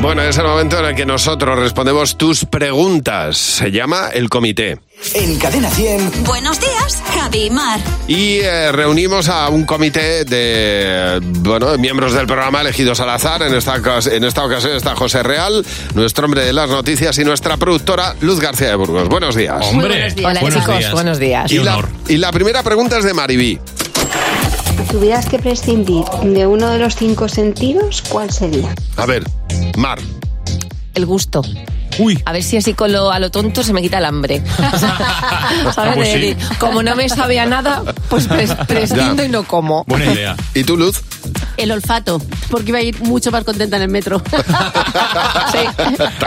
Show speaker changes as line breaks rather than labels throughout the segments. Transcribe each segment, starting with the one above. Bueno, es el momento en el que nosotros respondemos tus preguntas. Se llama el comité.
En Cadena 100.
Buenos días, Javi y Mar.
Y eh, reunimos a un comité de bueno, miembros del programa elegidos al azar. En esta, ocas- en esta ocasión está José Real, nuestro hombre de las noticias y nuestra productora Luz García de Burgos. Buenos días.
Hola chicos, buenos días.
Y la, y la primera pregunta es de Maribí.
Si tuvieras que prescindir de uno de los cinco sentidos, ¿cuál sería?
A ver, Mar.
El gusto.
Uy.
A ver si así con lo, a lo tonto se me quita el hambre. ¿Sabes?
Pues
De
sí.
decir, Como no me sabía nada, pues pres- prescindo
Ya.
y no como.
idea. ¿Y tú, Luz?
El olfato, porque iba a ir mucho más contenta en el metro.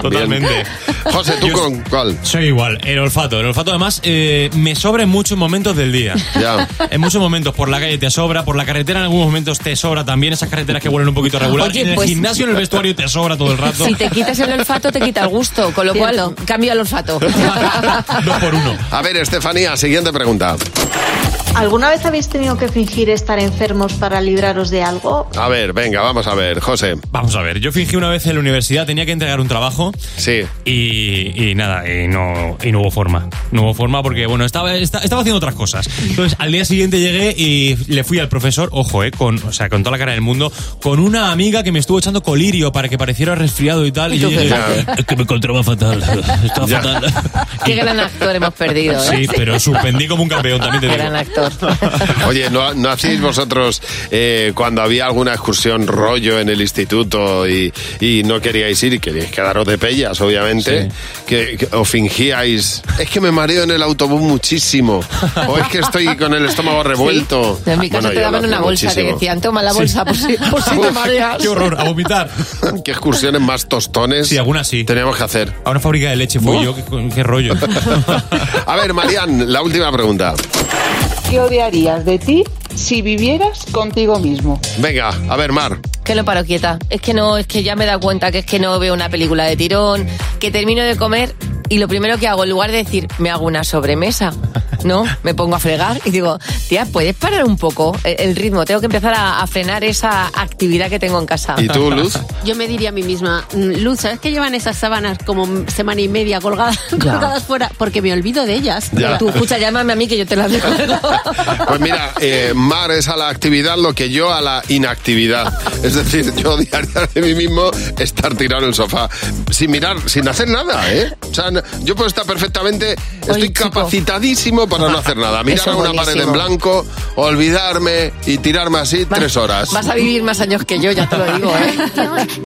Totalmente. José, ¿tú con cuál?
Soy igual, el olfato. El olfato, además, eh, me sobra en muchos momentos del día.
Ya.
En muchos momentos por la calle te sobra, por la carretera en algunos momentos te sobra también, esas carreteras que vuelven un poquito regular.
Oye,
en el
pues-
gimnasio, en el vestuario te sobra todo el rato.
Si te quitas el olfato, te quita el gusto. Con lo cual, cambio al olfato.
A ver, Estefanía, siguiente pregunta.
¿Alguna vez habéis tenido que fingir estar enfermos para libraros de algo?
A ver, venga, vamos a ver, José.
Vamos a ver, yo fingí una vez en la universidad, tenía que entregar un trabajo.
Sí.
Y, y nada, y no, y no hubo forma. No hubo forma porque, bueno, estaba, esta- estaba haciendo otras cosas. Entonces, al día siguiente llegué y le fui al profesor, ojo, eh, con, o sea, con toda la cara del mundo, con una amiga que me estuvo echando colirio para que pareciera resfriado y tal.
¿Y
Y
tú
yo
qué?
llegué,
Ya.
"Es que me encontraba fatal. Estaba fatal.
Qué gran actor hemos perdido. ¿eh?
Sí, pero suspendí como un campeón, también te
Qué
digo.
gran actor.
Oye, ¿no, no hacíais vosotros eh, cuando había alguna excursión rollo en el instituto y, y no queríais ir y queríais quedaros de pellas, obviamente? Que, que- o fingíais, es que me mareo en el autobús muchísimo, o es que estoy con el estómago revuelto.
En mi casa
Bueno,
te
yo lo
daban
hacía
una bolsa, te
muchísimo.
decían, toma la bolsa por, si, por si te
Uf,
mareas.
Qué horror, a vomitar.
¿Qué excursiones más tostones
Sí, alguna sí.
teníamos que hacer?
A una fábrica de leche fui
Buah.
yo, qué, qué rollo.
A ver, Marian, la última pregunta.
¿Qué odiarías de ti si vivieras contigo mismo?
Venga, a ver, Mar.
Que no paro quieta. Es que no, es que ya me he dado cuenta que es que no veo una película de tirón, que termino de comer y lo primero que hago, en lugar de decir, me hago una sobremesa, ¿no? Me pongo a fregar y digo, tía, ¿puedes parar un poco el, el ritmo? Tengo que empezar a, a frenar esa actividad que tengo en casa.
¿Y tú, Luz?
Yo me diría a mí misma, "Mm, Luz, ¿sabes que llevan esas sábanas como semana y media colgadas, colgadas fuera? Porque me olvido de ellas.
Ya.
Tú, escucha, llámame a mí que yo te la dejo.
Pues mira, eh, Mar es a la actividad lo que yo a la inactividad. Es decir, yo diaria de mí mismo estar tirado en el sofá sin mirar, sin hacer nada, ¿eh? O sea, no- yo puedo estar perfectamente, estoy
chico.
capacitadísimo para no hacer nada. Mirar
Eso
a
es
una pared en
buenísimo.
blanco, olvidarme y tirarme así tres horas.
Vas a vivir más años que yo, ya te lo digo, ¿eh?